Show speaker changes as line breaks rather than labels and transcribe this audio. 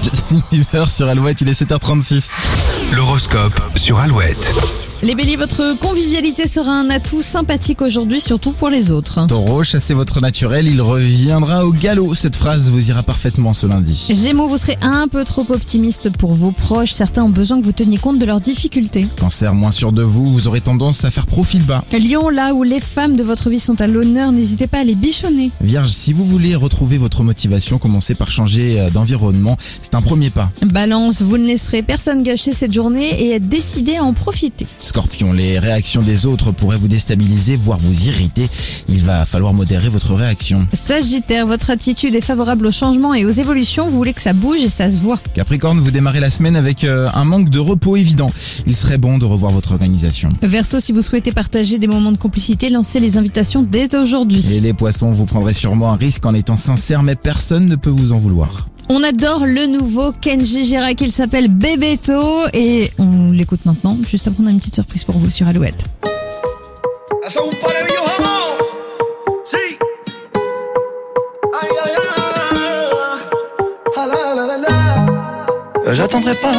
Justin Bieber sur Alouette, il est 7h36.
L'horoscope sur Alouette.
Les béliers, votre convivialité sera un atout sympathique aujourd'hui, surtout pour les autres.
Taureau, chassez votre naturel, il reviendra au galop. Cette phrase vous ira parfaitement ce lundi.
Gémeaux, vous serez un peu trop optimiste pour vos proches. Certains ont besoin que vous teniez compte de leurs difficultés.
Cancer, moins sûr de vous, vous aurez tendance à faire profil bas.
Lion, là où les femmes de votre vie sont à l'honneur, n'hésitez pas à les bichonner.
Vierge, si vous voulez retrouver votre motivation, commencez par changer euh, d'environnement. C'est un premier pas.
Balance, vous ne laisserez personne gâcher cette journée et êtes décidé à en profiter.
Scorpion, les réactions des autres pourraient vous déstabiliser, voire vous irriter. Il va falloir modérer votre réaction.
Sagittaire, votre attitude est favorable au changement et aux évolutions. Vous voulez que ça bouge et ça se voit.
Capricorne, vous démarrez la semaine avec euh, un manque de repos évident. Il serait bon de revoir votre organisation.
Verseau, si vous souhaitez partager des moments de complicité, lancez les invitations dès aujourd'hui.
Et les poissons, vous prendrez sûrement un risque en étant sincère, mais personne ne peut vous en vouloir.
On adore le nouveau Kenji Girac, il s'appelle Bebeto et on l'écoute maintenant. Juste après, on a une petite surprise pour vous sur Alouette.
Eso es un poderío jamón. Sí. Ay, ay, ay. Ah, la, la, la, la.
Euh, J'attendrai pas